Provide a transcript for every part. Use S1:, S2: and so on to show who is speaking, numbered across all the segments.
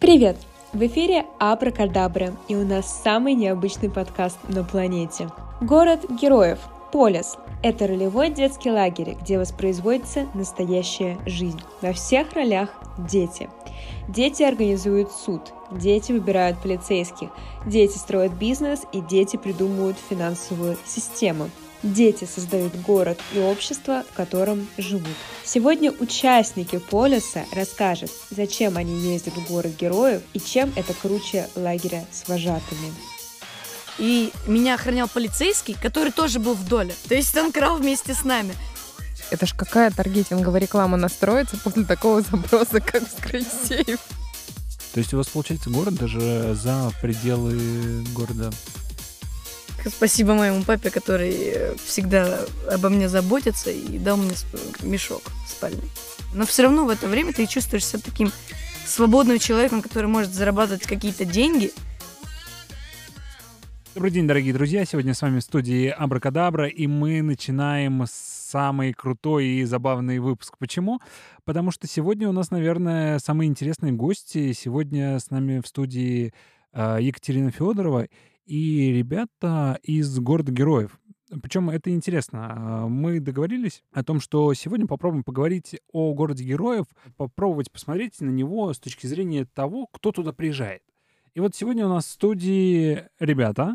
S1: Привет! В эфире Абракадабра, и у нас самый необычный подкаст на планете. Город героев, Полис. Это ролевой детский лагерь, где воспроизводится настоящая жизнь. Во всех ролях дети. Дети организуют суд, дети выбирают полицейских, дети строят бизнес и дети придумывают финансовую систему. Дети создают город и общество, в котором живут. Сегодня участники полюса расскажут, зачем они ездят в город героев и чем это круче лагеря с вожатыми.
S2: И меня охранял полицейский, который тоже был в доле. То есть он крал вместе с нами.
S3: Это ж какая таргетинговая реклама настроится после такого запроса, как вскрыть сейф?
S4: То есть у вас получается город даже за пределы города.
S2: Спасибо моему папе, который э, всегда обо мне заботится и дал мне сп- мешок спальный. Но все равно в это время ты чувствуешь себя таким свободным человеком, который может зарабатывать какие-то деньги.
S4: Добрый день, дорогие друзья. Сегодня с вами в студии Абракадабра, и мы начинаем самый крутой и забавный выпуск. Почему? Потому что сегодня у нас, наверное, самые интересные гости. Сегодня с нами в студии э, Екатерина Федорова и ребята из города героев. Причем это интересно. Э, Мы договорились о том, что сегодня попробуем поговорить о городе героев, попробовать посмотреть на него с точки зрения того, кто туда приезжает. И вот сегодня у нас в студии ребята.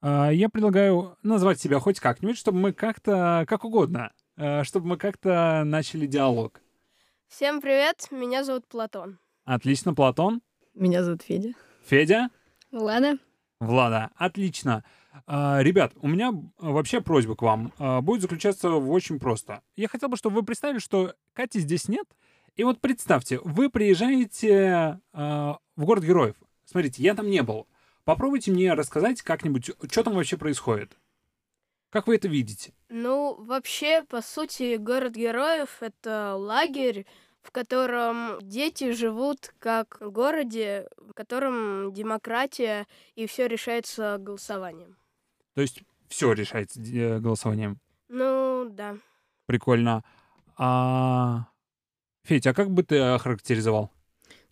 S4: А, Я предлагаю назвать себя хоть как-нибудь, чтобы мы как-то, как угодно, э, чтобы мы как-то начали диалог.
S5: Всем привет, меня зовут Платон.
S4: Отлично, Платон.
S2: Меня зовут Федя.
S4: Федя?
S5: Ладно.
S4: Влада, отлично. А, Ребят, у меня вообще просьба к вам а, будет заключаться в очень просто. Я хотел бы, чтобы вы представили, что Кати здесь нет. И вот представьте, вы приезжаете а, в город героев. Смотрите, я там не был. Попробуйте мне рассказать как-нибудь, что там вообще происходит. Как вы это видите?
S5: Ну, вообще, по сути, город героев — это лагерь, в котором дети живут как в городе, в котором демократия и все решается голосованием.
S4: То есть все решается э, голосованием.
S5: Ну, да.
S4: Прикольно. А... Федь, а как бы ты охарактеризовал?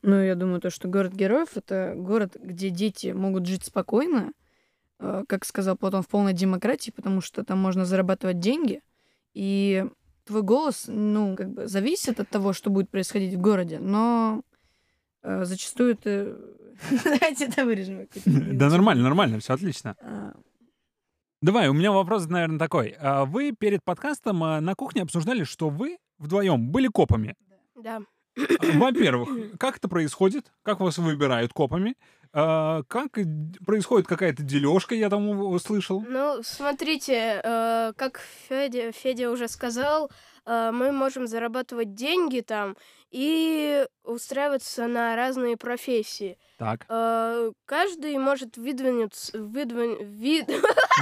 S2: Ну, я думаю, то, что город героев — это город, где дети могут жить спокойно, э, как сказал Платон, в полной демократии, потому что там можно зарабатывать деньги, и твой голос, ну, как бы зависит от того, что будет происходить в городе, но э, зачастую ты... Давайте это вырежем. я какую-то
S4: Да
S2: мелочь.
S4: нормально, нормально, все отлично.
S2: А,
S4: Давай, у меня вопрос, наверное, такой. А Вы перед подкастом а, на кухне обсуждали, что вы вдвоем были копами.
S5: Да.
S4: Во-первых, как это происходит? Как вас выбирают копами? А, Как д- происходит какая-то дележка, я там у- услышал.
S5: Ну, смотрите, э, как Федя, Федя уже сказал, э, мы можем зарабатывать деньги там и устраиваться на разные профессии.
S4: Так,
S5: Э, Каждый может выдвинуться, выдвин, вид,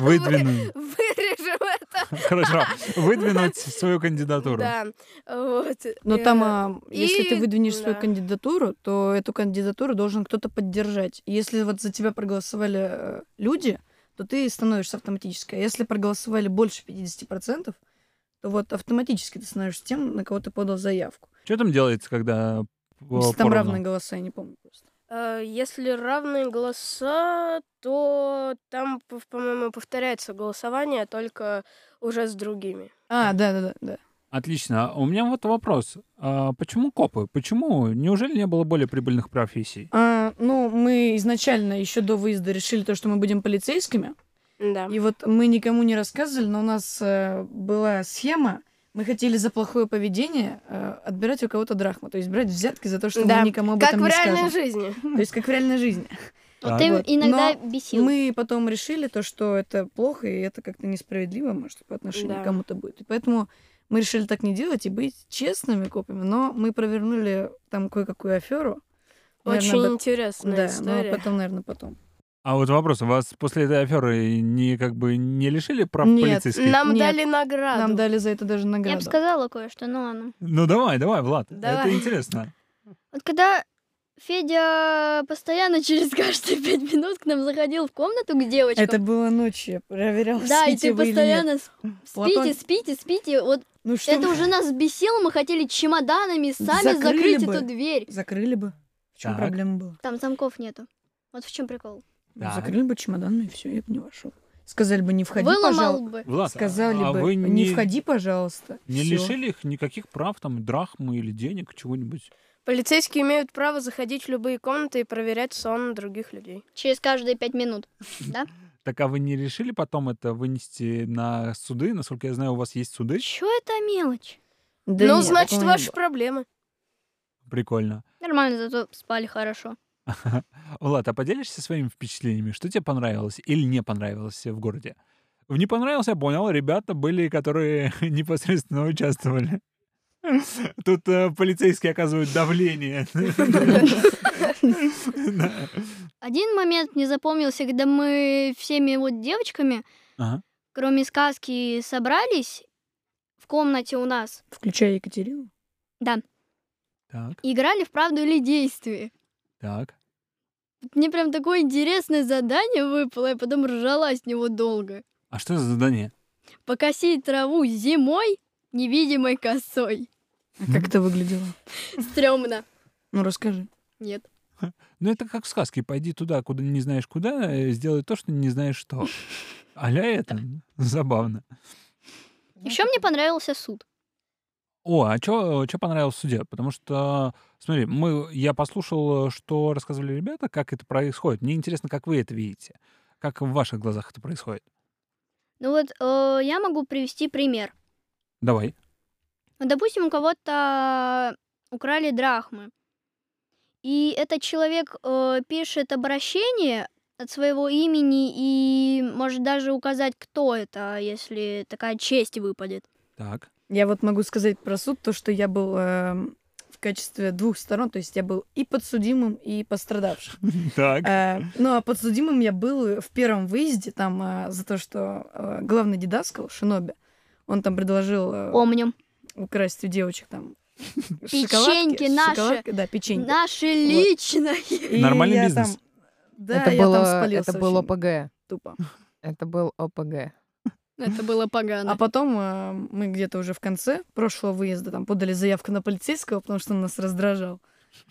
S4: выдвинуть.
S5: вырежем это.
S4: Хорошо, выдвинуть свою кандидатуру.
S5: Да, вот.
S2: Но
S5: Э,
S2: там, а, если ты
S5: и-
S2: выдвинешь свою
S5: да.
S2: кандидатуру, то эту кандидатуру должен кто-то поддержать. И Если вот за тебя проголосовали э, люди, то ты становишься автоматически. А если проголосовали больше 50%, то вот автоматически ты становишься тем, на кого ты подал заявку.
S4: Что там делается, когда э,
S2: Если там
S4: поровну?
S2: равные голоса, я не помню просто.
S5: э, Если равные голоса, то там, по- по-моему, повторяется голосование, только уже с другими.
S2: А, да-да-да.
S4: Отлично. А У меня вот вопрос. А Почему копы? Почему? Неужели не было более прибыльных профессий?
S2: А, ну, мы изначально еще до выезда решили то, что мы будем полицейскими.
S5: Да.
S2: И вот мы никому не рассказывали, но у нас э, была схема. Мы хотели за плохое поведение э, отбирать у кого-то драхму, то есть брать взятки за то, что
S5: Да.
S2: мы никому об
S5: Как
S2: этом
S5: в
S2: не
S5: реальной
S2: скажем.
S5: жизни.
S2: То есть как в реальной жизни.
S4: Так.
S6: Вот ты
S2: Вот.
S6: иногда бесил.
S2: Мы потом решили то, что это плохо, и это как-то несправедливо, может, по отношению
S5: Да.
S2: к кому-то будет. И поэтому мы решили так не делать и быть честными копами, но мы провернули там кое-какую аферу. Наверное,
S5: Очень
S2: об этом-
S5: интересная
S2: Да,
S5: история.
S2: но потом, наверное, потом.
S4: А вот вопрос, вас после этой аферы не как бы не лишили прав
S2: Нет.
S4: полицейских?
S5: Нам
S2: Нет.
S5: дали награду.
S2: Нам дали за это даже
S6: Я
S2: награду.
S6: бы сказала кое-что, но ладно.
S4: Ну давай, давай, Влад, это
S5: Давай.
S4: интересно.
S6: Вот когда Федя постоянно через каждые пять минут к нам заходил в комнату к девочкам.
S2: Это было ночью, я проверял,
S6: Да, и
S2: спите
S6: ты
S2: вы или нет.
S6: постоянно сп-
S2: Платон-
S6: спите, спите, спите. Вот
S2: Ну что
S6: это уже нас бесило, мы хотели чемоданами сами
S2: Закрыли
S6: закрыть
S2: бы.
S6: эту дверь.
S2: Закрыли бы. В чем
S4: Так.
S2: проблема была?
S6: Там замков нету. Вот в чем прикол.
S2: Ну,
S4: Так.
S2: Закрыли бы чемоданами, все, я бы не вошел. Сказали бы, не входи,
S6: Выломал
S2: пожалуйста.
S6: бы.
S4: Влад, а-
S2: Сказали
S4: а
S2: бы,
S4: вы
S2: не... входи, пожалуйста.
S4: Не
S2: Всё.
S4: лишили их никаких прав, там, драхмы или денег, чего-нибудь?
S5: Полицейские имеют право заходить в любые комнаты и проверять сон других людей.
S6: Через каждые пять минут.
S4: Так а вы не решили потом это вынести на суды? Насколько я знаю, у вас есть суды.
S6: Чё это мелочь?
S2: Да
S5: ну,
S2: нет,
S5: значит,
S2: такого не
S5: ваши
S2: было.
S5: проблемы.
S4: Прикольно.
S6: Нормально, зато спали хорошо.
S4: Влад, а поделишься своими впечатлениями? Что тебе понравилось или не понравилось в городе? В Не понравилось, я понял, ребята были, которые непосредственно участвовали. Тут э, полицейские оказывают давление. Да.
S6: Один момент мне запомнился, когда мы всеми вот девочками,
S4: Ага.
S6: кроме сказки, собрались в комнате у нас,
S2: Включая Екатерину.
S4: Так,
S6: и играли в правду или действие.
S4: так.
S6: Мне прям такое интересное задание выпало, я потом ржала с него долго.
S4: А что за задание?
S6: Покосить траву зимой невидимой косой.
S2: А Как это выглядело?
S6: Стремно.
S2: Ну, расскажи.
S6: Нет.
S4: Ну, это как в сказке. Пойди туда, куда не знаешь куда, э, сделай то, что не знаешь что. Аля это забавно.
S6: Еще мне понравился суд.
S4: О, а что понравилось в суде? Потому что, смотри, мы, я послушал, э, что рассказывали ребята, как это происходит. Мне интересно, как вы это видите. Как в ваших глазах это происходит.
S6: Ну вот э, я могу привести пример.
S4: Давай.
S6: Ну, допустим, у кого-то украли драхмы. И этот человек э, пишет обращение от своего имени и может даже указать, кто это, если такая честь выпадет.
S4: Так.
S2: Я вот могу сказать про суд то, что я был эм, в качестве двух сторон, то есть я был и подсудимым, и пострадавшим.
S4: Так.
S2: Э, ну, а подсудимым я был в первом выезде там э, за то, что э, главный дедавскал Шиноби, он там предложил э,
S6: Помним.
S2: украсть у девочек там
S6: Печеньки
S2: шоколадки,
S6: наши.
S2: шоколадки, да, печеньки.
S6: Наше личное.
S2: И
S4: Нормальный
S2: я
S4: бизнес.
S2: там- да,
S3: это
S2: я там
S3: было,
S2: спалился
S3: это был
S2: очень
S3: ОПГ.
S2: тупо.
S3: Это был ОПГ.
S6: Это было погано.
S2: А потом э, мы где-то уже в конце прошлого выезда там подали заявку на полицейского, потому что он нас раздражал.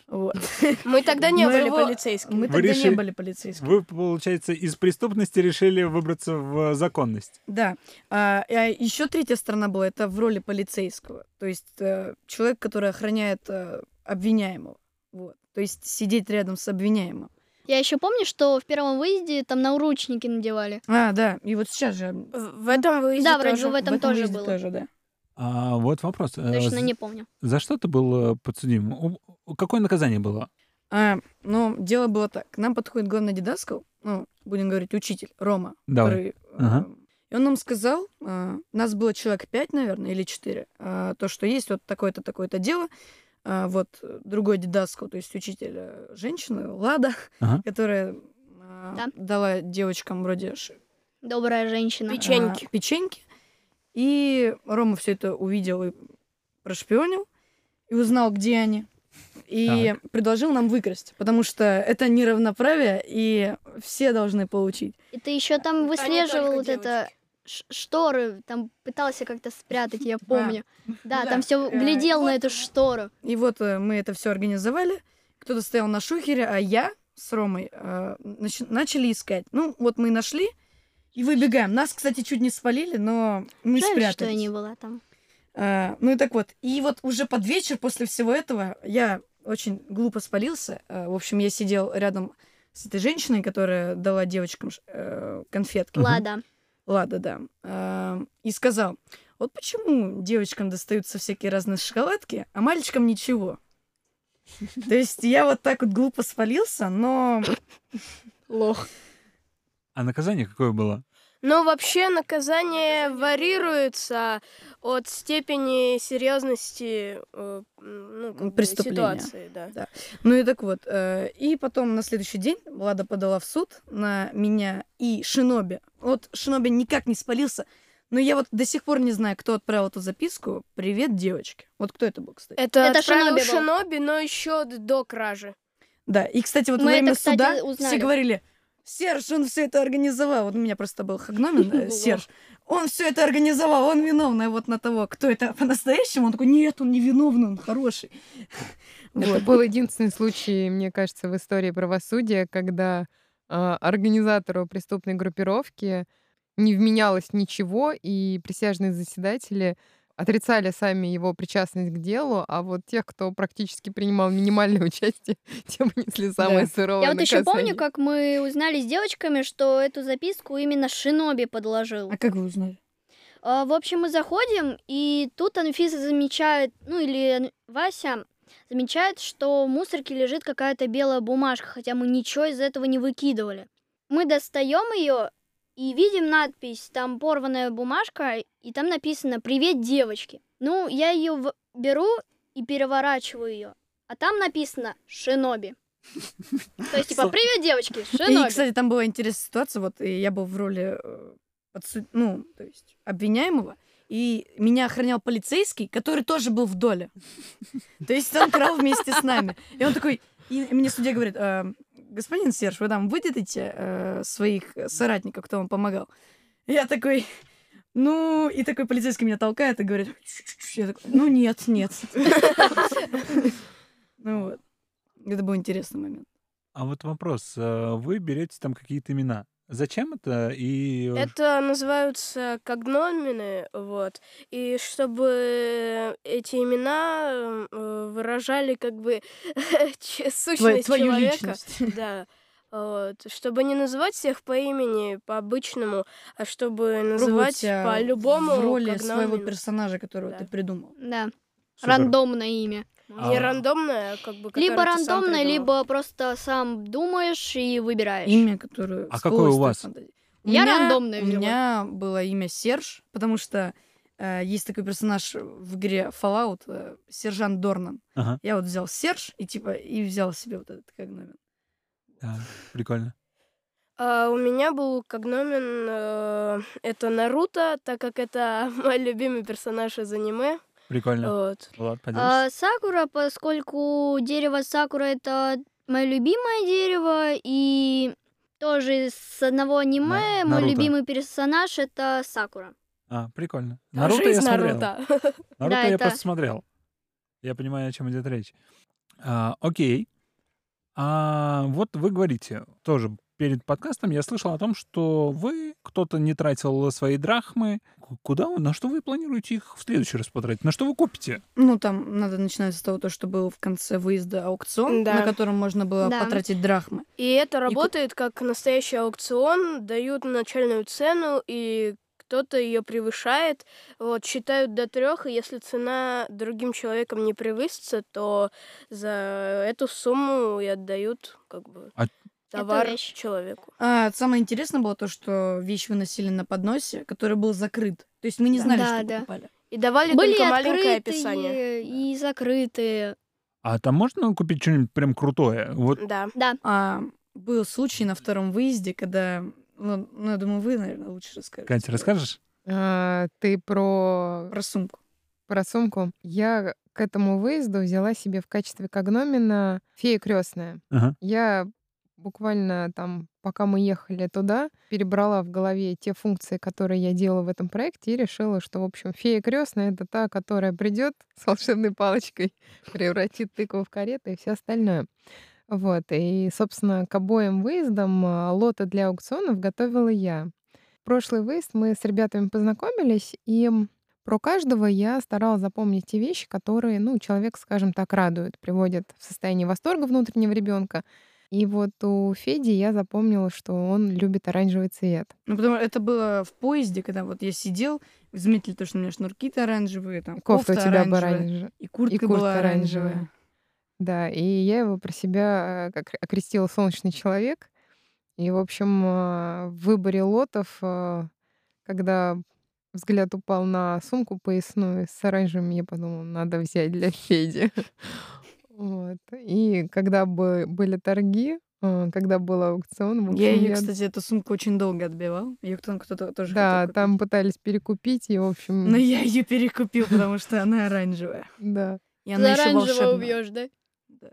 S2: Вот.
S5: Мы тогда не
S2: Но
S5: были
S2: его-
S5: полицейскими.
S2: Мы
S4: Вы
S2: тогда
S4: решили-
S2: не были полицейскими.
S4: Вы, получается, из преступности решили выбраться в э, законность.
S2: Да. А, еще третья сторона была, это в роли полицейского. То есть э, человек, который охраняет э, обвиняемого. Вот. То есть сидеть рядом с обвиняемым.
S6: Я еще помню, что в первом выезде там наручники надевали.
S2: А, да. И вот сейчас же
S5: В в этом выезде
S6: да, вроде
S5: тоже.
S6: бы в этом, тоже
S2: выезде
S6: было.
S2: тоже, да.
S4: А, вот вопрос. Э,
S6: Точно
S4: з-
S6: не помню.
S4: За что ты был э, подсудим? У- у- Какое наказание было?
S2: А, ну, дело было так. К нам подходит главный дедавскал, ну, будем говорить, учитель Рома,
S4: Давай.
S2: который, э,
S4: Ага.
S2: И он нам сказал, э, нас было человек пять, наверное, или четыре, э, то, что есть вот такое-то, такое-то дело, э, вот э, другой дедаску, то есть учитель э, женщины, Лада,
S4: Ага.
S2: которая э,
S6: Да.
S2: дала девочкам вроде ш-
S6: Добрая женщина.
S5: Печаль. Печеньки.
S2: а, печеньки. И Рома все это увидел и прошпионил, и узнал, где они. И предложил нам выкрасть, потому что это неравноправие, и все должны получить.
S6: И ты еще там выслеживал вот это ш- шторы, там пытался как-то спрятать, я помню. Да,
S2: Да.
S6: там все
S2: Э,
S6: глядел
S2: вот
S6: на эту штору.
S2: И вот э, мы это все организовали. Кто-то стоял на шухере, а я с Ромой э, нач- начали искать. Ну, вот мы и нашли и выбегаем. Нас, кстати, чуть не спалили, но мы
S6: Жаль, что я
S2: спрятались.
S6: не была там.
S2: А, ну и так вот. И вот уже под вечер после всего этого я очень глупо спалился. А, в общем, я сидел рядом с этой женщиной, которая дала девочкам ш- э, конфетки.
S6: Лада.
S2: Лада, да. А, и сказал, вот почему девочкам достаются всякие разные шоколадки, а мальчикам ничего. То есть я вот так вот глупо спалился, но
S6: Лох.
S4: А наказание какое было?
S5: Но вообще наказание варьируется от степени серьезности э, ну, как бы,
S2: Преступления.
S5: ситуации. Да.
S2: Ну и так вот, э, и потом на следующий день Влада подала в суд на меня и Шиноби. Вот Шиноби никак не спалился, но я вот до сих пор не знаю, кто отправил эту записку. Привет, девочки. Вот кто это был, кстати.
S5: Это,
S6: Это
S5: отправил
S6: Шиноби был.
S5: Шиноби, но еще до кражи.
S2: Да, и, кстати, вот
S6: Мы
S2: во время
S6: это, кстати,
S2: суда
S6: узнали.
S2: все говорили, Серж, он все это организовал. Вот у меня просто был хагномен, э, Серж. Он все это организовал, он виновный вот на того, кто это по-настоящему. Он такой, нет, он не виновный, он хороший.
S3: Это
S2: Вот.
S3: был единственный случай, мне кажется, в истории правосудия, когда а, организатору преступной группировки не вменялось ничего, и присяжные заседатели отрицали сами его причастность к делу, а вот тех, кто практически принимал минимальное участие, те понесли самое
S2: Да.
S3: суровое
S6: Я вот еще помню,
S3: наказание.
S6: как мы узнали с девочками, что эту записку именно Шиноби подложил.
S2: А как вы узнали?
S6: А, В общем, мы заходим, и тут Анфиса замечает, ну или Ан- Вася замечает, что в мусорке лежит какая-то белая бумажка, хотя мы ничего из этого не выкидывали. Мы достаем ее и видим надпись, там порванная бумажка, и там написано «Привет, девочки». Ну, я ее беру и переворачиваю ее, а там написано «Шиноби». То есть, типа, «Привет, девочки,
S2: И,
S6: Шиноби».
S2: кстати, там была интересная ситуация, вот и я был в роли э, подсу- ну, то есть обвиняемого, и меня охранял полицейский, который тоже был в доле. То есть он крал вместе с нами. И он такой, и мне судья говорит, «А, господин Серж, вы там выдадите э, своих соратников, кто вам помогал? Я такой, ну, и такой полицейский меня толкает и говорит, «Чш-чш-чш». я такой, ну нет, нет. Ну вот. Это был интересный момент.
S4: А вот вопрос. э, Вы берете там какие-то имена. Зачем это? И э,
S5: Это называются когномены, вот. И чтобы эти имена э, выражали как бы че-
S2: Твою
S5: сущность
S2: твою
S5: человека.
S2: личность.
S5: Да. Вот. Чтобы не называть всех по имени, по обычному, а чтобы называть
S2: тебя
S5: по любому
S2: э, в роли своего
S5: когномену.
S2: персонажа, которого
S5: Да.
S2: ты придумал.
S6: Да,
S4: супер.
S6: рандомное имя.
S5: Не
S4: А.
S5: рандомное, а как бы
S6: Либо
S5: которое ты сам
S6: рандомно,
S5: придумал.
S6: либо просто сам думаешь и выбираешь.
S2: Имя, которое...
S4: А
S2: всплыло
S4: какое
S2: из
S4: у
S2: твоей
S4: вас?
S2: фантазии.
S6: Я
S2: меня-
S6: рандомное
S2: У
S6: взяла.
S2: меня было имя Серж, потому что э, есть такой персонаж в игре Fallout, э, сержант Дорнан.
S4: Ага.
S2: Я вот взял Серж и типа и взял себе вот этот когномен.
S4: Да, Прикольно.
S5: А, у меня был когномен э, это Наруто, так как это мой любимый персонаж из аниме.
S4: Прикольно.
S5: Вот.
S4: Влад, поделишься?
S6: А, сакура, поскольку дерево сакура это мое любимое дерево, и тоже с одного аниме
S4: Да,
S6: мой
S4: Наруто.
S6: любимый персонаж это сакура.
S4: А, прикольно.
S5: Тоже
S4: Наруто я
S5: из
S4: смотрел.
S5: Наруто.
S4: Наруто
S6: Да,
S4: я
S6: это-
S4: просто смотрел. Я понимаю, о чем идет речь. А, окей. А, вот вы говорите тоже перед подкастом я слышал о том, что вы кто-то не тратил свои драхмы. К- Куда вы- на что вы планируете их в следующий раз потратить? На что вы купите?
S2: Ну, там надо начинать с того, то, что был в конце выезда аукцион,
S5: Да.
S2: на котором можно было
S6: Да.
S2: потратить драхмы.
S5: И это работает как настоящий аукцион, дают начальную цену, и кто-то ее превышает. Вот, считают до трех, и если цена другим человеком не превысится, то за эту сумму и отдают как бы
S4: А-
S5: товар
S6: Эту вещь.
S5: человеку.
S2: А, самое интересное было то, что вещь выносили на подносе, который был закрыт. То есть мы не знали,
S6: Да,
S2: что
S6: да.
S2: покупали.
S5: И давали
S6: Были
S5: только
S6: открытые
S5: маленькое описание.
S6: и закрытые.
S4: А там можно купить что-нибудь прям крутое? Вот
S5: Да.
S2: А, был случай на втором выезде, когда... Ну, ну, я думаю, вы, наверное, лучше расскажете.
S4: Катя, расскажешь?
S3: А, Ты про
S2: Про сумку.
S3: про сумку. Я к этому выезду взяла себе в качестве когномина фея крестная.
S4: Ага.
S3: Я буквально там, пока мы ехали туда, перебрала в голове те функции, которые я делала в этом проекте, и решила, что, в общем, фея крестная это та, которая придет с волшебной палочкой, превратит тыкву в карету и все остальное. Вот. И, собственно, к обоим выездам а, лоты для аукционов готовила я. Прошлый выезд мы с ребятами познакомились, и про каждого я старалась запомнить те вещи, которые, ну, человек, скажем так, радует, приводит в состояние восторга внутреннего ребенка. И вот у Феди я запомнила, что он любит оранжевый цвет.
S2: Ну, потому что это было в поезде, когда вот я сидел, вы заметили то, что у меня шнурки-то оранжевые, там кофта,
S3: Кофта у тебя
S2: оранжевая,
S3: была оранжевая.
S2: и куртка,
S3: и куртка
S2: была оранжевая.
S3: оранжевая. Да, и я его про себя э, как окрестила солнечный человек. И, в общем, э, в выборе лотов, э, когда взгляд упал на сумку поясную с оранжевым, я подумала, надо взять для Феди. Вот. И когда бы были торги, э, когда был аукцион, в общем,
S2: Я ее, кстати, эту сумку очень долго отбивал. Ее там кто-то тоже
S3: Да,
S2: хотел
S3: там
S2: купить.
S3: пытались перекупить, и, в общем,
S2: Но я ее перекупил, потому что она оранжевая.
S3: да.
S2: И
S6: За
S2: она еще
S6: оранжевого
S2: волшебная.
S6: убьешь, да?
S2: Да.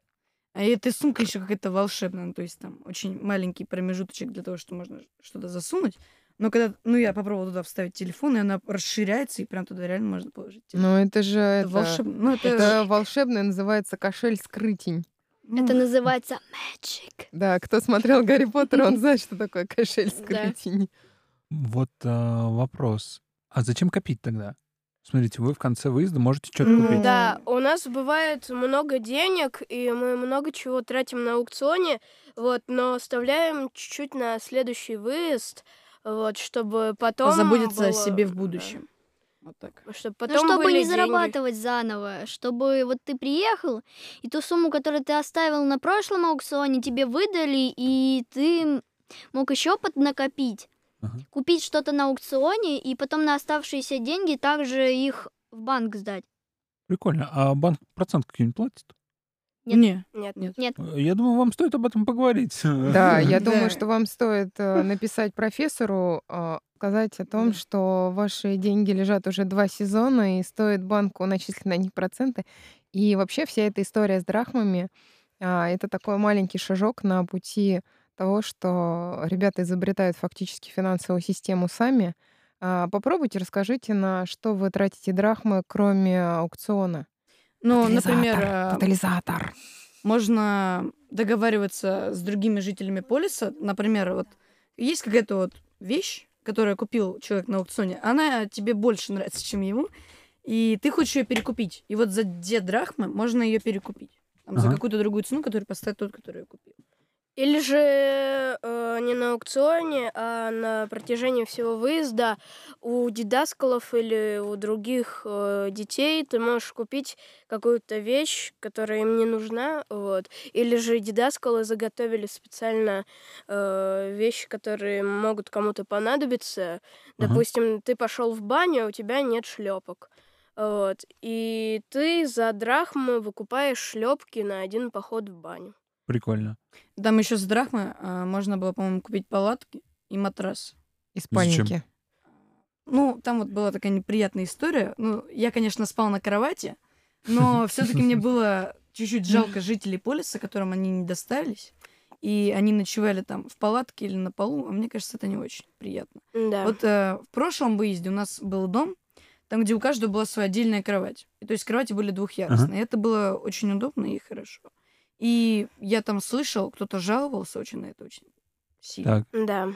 S2: А и эта сумка еще какая-то волшебная, ну, то есть там очень маленький промежуточек для того, что можно что-то засунуть. Но когда, ну, я попробовала туда вставить телефон, и она расширяется, и прям туда реально можно положить телефон.
S3: Ну, это же...
S2: это,
S3: Это,
S2: волшебно. Ну, это,
S3: это волшебное называется кошель-скрытень.
S2: ну,
S6: Это называется magic.
S3: Да, кто смотрел Гарри Поттера, он знает, что такое кошель-скрытень.
S4: Вот э, вопрос. А зачем копить тогда? Смотрите, вы в конце выезда можете что-то
S2: Мгм.
S4: купить.
S5: Да, у нас бывает много денег, и мы много чего тратим на аукционе, вот, но оставляем чуть-чуть на следующий выезд, вот, чтобы потом
S2: позаботиться о
S5: было-
S2: себе в будущем. Вот так.
S5: да, Чтобы
S6: Ну,
S5: потом
S6: чтобы
S5: были
S6: не
S5: деньги.
S6: зарабатывать заново, чтобы вот ты приехал, и ту сумму, которую ты оставил на прошлом аукционе, тебе выдали, и ты мог еще накопить,
S4: Ага.
S6: купить что-то на аукционе, и потом на оставшиеся деньги также их в банк сдать.
S4: Прикольно. А банк процент какие-нибудь платит?
S6: Нет.
S2: Не,
S5: Нет.
S2: Нет.
S4: Э, Я думаю, вам стоит об этом поговорить.
S3: Да, я
S2: Да.
S3: думаю, что вам стоит э, написать профессору, э, сказать о том,
S2: Да.
S3: что ваши деньги лежат уже два сезона, и стоит банку начислить на них проценты. И вообще вся эта история с драхмами а, это такой маленький шажок на пути того, что ребята изобретают фактически финансовую систему сами. А, Попробуйте, расскажите, на что вы тратите драхмы, кроме аукциона.
S2: Ну, например, э,
S3: тотализатор.
S2: можно договариваться с другими жителями полиса. Например, вот есть какая-то вот вещь, которую купил человек на аукционе, она тебе больше нравится, чем ему, и ты хочешь ее перекупить. И вот за две драхмы можно ее перекупить. Там, За
S4: Ага.
S2: какую-то другую цену, которую поставит тот, который ее купил.
S5: Или же э, не на аукционе, а на протяжении всего выезда у дидаскалов или у других э, детей ты можешь купить какую-то вещь, которая им не нужна, вот. Или же дидаскалы заготовили специально э, вещи, которые могут кому-то понадобиться.
S4: Ага.
S5: Допустим, ты пошел в баню, а у тебя нет шлепок. Вот. И ты за драхмы выкупаешь шлепки на один поход в баню.
S4: Прикольно.
S2: Там еще за драхмы а, можно было, по-моему, купить палатки и матрас.
S3: И спальники.
S2: Ну, там вот была такая неприятная история. Ну, я, конечно, спал на кровати, но все-таки мне было чуть-чуть жалко жителей полиса, которым они не доставились. И они ночевали там в палатке или на полу. А мне кажется, это не очень приятно.
S5: Да.
S2: Вот э, в прошлом выезде у нас был дом, там, где у каждого была своя отдельная кровать. И то есть кровати были двухъярусные. И это было очень удобно и хорошо. И я там слышал, кто-то жаловался очень на это очень сильно.
S4: Так.
S5: Да.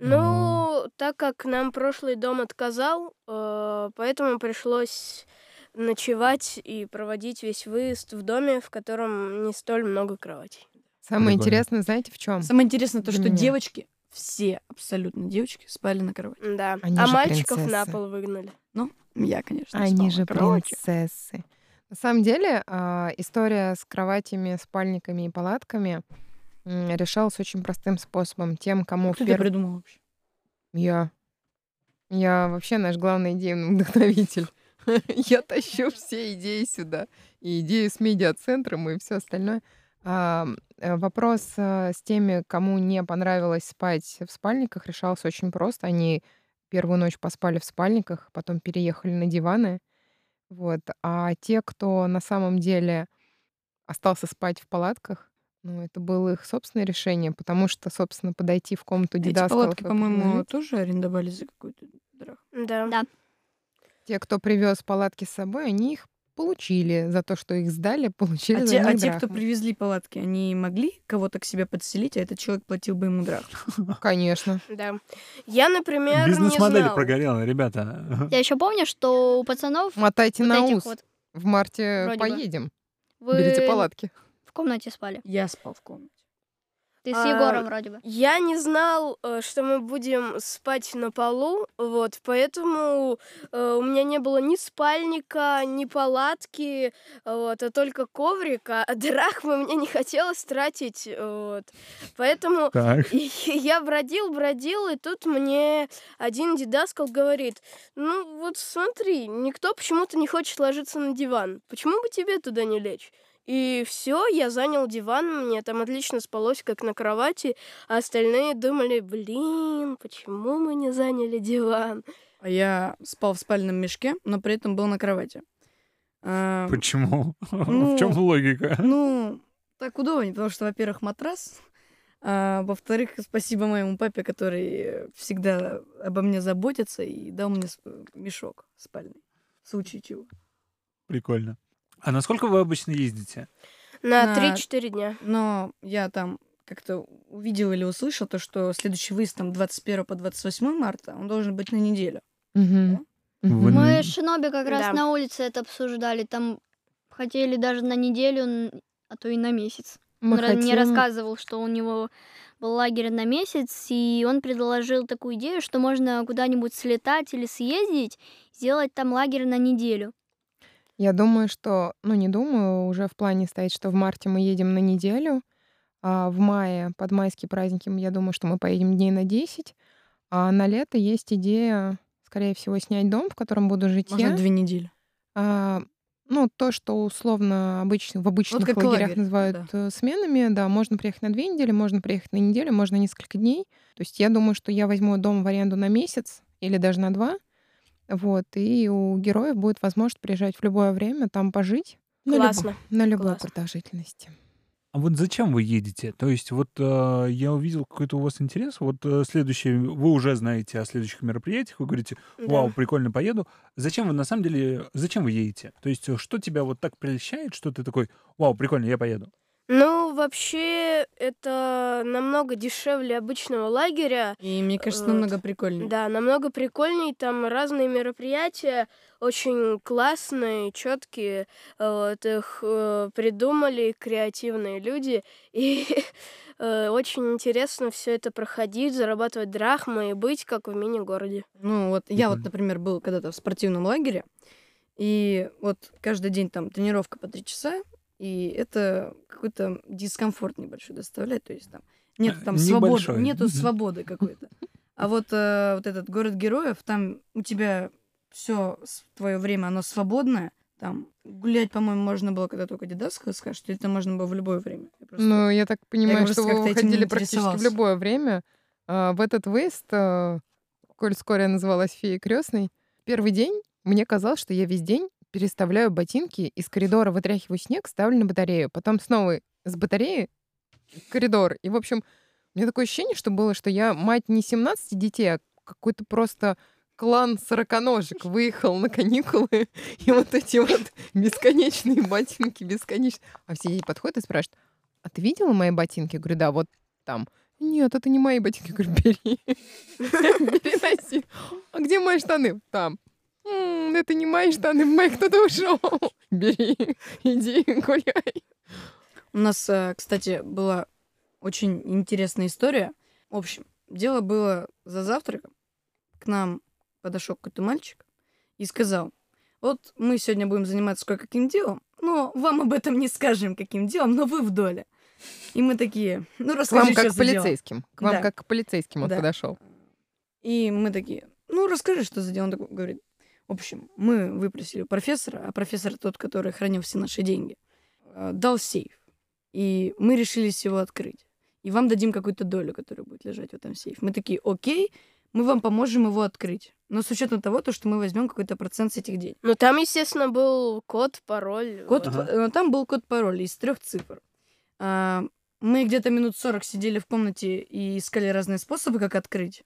S4: М.
S5: Ну, так как нам прошлый дом отказал, э, поэтому пришлось ночевать и проводить весь выезд в доме, в котором не столь много кроватей.
S3: Самое
S4: Прикольно.
S3: интересное, знаете, в чем?
S2: Самое интересное то,
S3: Для
S2: что
S3: меня.
S2: девочки, все абсолютно девочки, спали на кровати.
S5: Да.
S3: Они
S5: а
S3: же
S5: мальчиков на
S3: принцессы.
S5: пол выгнали.
S2: Я, конечно,
S3: Они
S2: спала
S3: же
S2: на кровати.
S3: принцессы. На самом деле а, история с кроватями, спальниками и палатками м, решалась очень простым способом. Тем, кому
S2: Кто
S3: в
S2: это
S3: перв-
S2: придумал вообще?
S3: Я. Я вообще наш главный идейный вдохновитель. Я тащу все идеи сюда. И идею с медиа-центром и все остальное. А, э, вопрос э, с теми, кому не понравилось спать в спальниках, решался очень просто. Они первую ночь поспали в спальниках, потом переехали на диваны. Вот. А те, кто на самом деле остался спать в палатках, ну, это было их собственное решение, потому что, собственно, подойти в комнату
S2: Эти
S3: дидактов...
S2: палатки, по-моему, тоже арендовали за А какую-то драхму.
S5: Да.
S6: Да.
S3: Те, кто привез палатки с собой, они их получили за то, что их сдали, получили
S2: А
S3: за
S2: те, а
S3: них
S2: те, кто
S3: драхмы.
S2: привезли палатки, они могли кого-то к себе подселить, а этот человек платил бы ему драхму.
S3: Ну, Конечно.
S5: Да. Я, например, не
S4: Бизнес-модель
S5: знала.
S4: прогорела, ребята.
S6: Я еще помню, что у пацанов
S3: Мотайте
S6: вот
S3: на
S6: этих
S3: ус.
S6: вот
S3: В марте
S6: Вроде бы.
S3: поедем. Берите
S6: вы
S3: палатки.
S6: в комнате спали.
S2: Я спал в комнате.
S6: Ты
S5: А,
S6: с Егором вроде бы.
S5: Я не знал, э, что мы будем спать на полу, вот, поэтому э, у меня не было ни спальника, ни палатки, вот, а только коврика. А драхмы мне не хотелось тратить, вот, поэтому
S4: Так.
S5: и я бродил, бродил, и тут мне один дидаскал говорит, ну вот смотри, никто почему-то не хочет ложиться на диван, почему бы тебе туда не лечь? И все, я занял диван, мне там отлично спалось, как на кровати, а остальные думали, блин, почему мы не заняли диван?
S2: А я спал в спальном мешке, но при этом был на кровати. А,
S4: Почему?
S2: Ну,
S4: В чем логика?
S2: Ну, так удобнее, потому что, во-первых, матрас, а, во-вторых, спасибо моему папе, который всегда обо мне заботится и дал мне сп- мешок спальный. В случае чего.
S4: Прикольно. А насколько вы обычно ездите?
S5: На
S2: На-
S5: 3-4 дня.
S2: Но я там как-то увидел или услышал то, что следующий выезд там 21 по 28 марта, он должен быть на неделю.
S3: Мгм.
S4: Вы-
S3: Мгм.
S6: Мы с Шиноби как раз
S5: Да.
S6: на улице это обсуждали. Там хотели даже на неделю, н- а то и на месяц.
S3: Мы
S6: он ра- мне
S3: хотим-
S6: рассказывал, что у него был лагерь на месяц, и он предложил такую идею, что можно куда-нибудь слетать или съездить, сделать там лагерь на неделю.
S3: Я думаю, что, ну не думаю, уже в плане стоит, что в марте мы едем на неделю, а в мае под майские праздники, я думаю, что мы поедем дней на 10, а на лето есть идея, скорее всего, снять дом, в котором буду жить
S2: Можно
S3: я.
S2: две недели.
S3: А, ну, то, что условно обычно, в обычных
S2: как
S3: лагерях
S2: лагерь,
S3: называют э, сменами, да, можно приехать на две недели, можно приехать на неделю, можно несколько дней. То есть я думаю, что я возьму дом в аренду на месяц или даже на два. Вот, и у героев будет возможность приезжать в любое время, там пожить. На Ну, любо-
S5: Классно.
S3: на любой
S5: классно.
S3: продолжительности.
S4: А вот зачем вы едете? То есть вот э, я увидел какой-то у вас интерес. Вот э, следующее, вы уже знаете о следующих мероприятиях, вы говорите, вау,
S5: Да.
S4: прикольно, поеду. Зачем вы на самом деле, зачем вы едете? То есть э, что тебя вот так прельщает, что ты такой, вау, прикольно, я поеду.
S5: Ну, вообще, это намного дешевле обычного лагеря.
S2: И мне кажется,
S5: Вот.
S2: намного прикольнее.
S5: Да, намного прикольней, там разные мероприятия, очень классные, четкие, вот их э, придумали креативные люди, и э, очень интересно все это проходить, зарабатывать драхмы и быть как в мини-городе.
S2: Ну, вот я вот,
S4: Прикольно.
S2: например, был когда-то в спортивном лагере, и вот каждый день там тренировка по три часа, и это какой-то дискомфорт небольшой доставляет, то есть там нет
S4: Э,
S2: там свободы,
S4: небольшой.
S2: нету
S4: Мгм.
S2: свободы какой-то. А вот, э, вот этот город героев, там у тебя все твое время, оно свободное, там гулять, по-моему, можно было, когда только дедовская скажешь, или это можно было в любое время. Я просто-
S3: Ну, я так понимаю,
S2: говорю,
S3: что
S2: что
S3: вы
S2: как-то этим не
S3: выходили практически в
S2: интересовался.
S3: любое время. А, в этот выезд, а, коль скоро я называлась феей крестной, первый день мне казалось, что я весь день переставляю ботинки, из коридора вытряхиваю снег, ставлю на батарею, потом снова с батареи в коридор. И, в общем, у меня такое ощущение, что было, что я мать не 17 детей, а какой-то просто клан сороконожек выехал на каникулы, и вот эти вот бесконечные ботинки, бесконечные. А все ей подходят и спрашивают, а ты видела мои ботинки? Я говорю, да, вот там. Нет, это не мои ботинки. Я говорю, бери. Бери, носи. А где мои штаны? Там. «М, Это не мои штаны, в моих кто-то ушел. Бери, иди гуляй.
S2: У нас, э, кстати, была очень интересная история. В общем, дело было за завтраком. К нам подошел какой-то мальчик и сказал, вот мы сегодня будем заниматься кое-каким делом, но вам об этом не скажем, каким делом, но вы в доле. И мы такие, ну
S3: К вам
S2: расскажи, что
S3: как к
S2: за дело».
S3: полицейским. К вам
S2: Да.
S3: как к полицейским он
S2: Да.
S3: подошел.
S2: И мы такие, ну расскажи, что за дело. Он такой говорит, в общем, мы выпросили у профессора, а профессор тот, который хранил все наши деньги, э, дал сейф. И мы решились его открыть. И вам дадим какую-то долю, которая будет лежать в этом сейфе. Мы такие, окей, мы вам поможем его открыть. Но с учетом того, то, что мы возьмем какой-то процент с этих денег.
S5: Ну, там, естественно, был код, пароль.
S2: Код,
S5: вот.
S4: Ага.
S2: п- э, Там был код пароля из трех цифр. А, Мы где-то минут 40 сидели в комнате и искали разные способы, как открыть.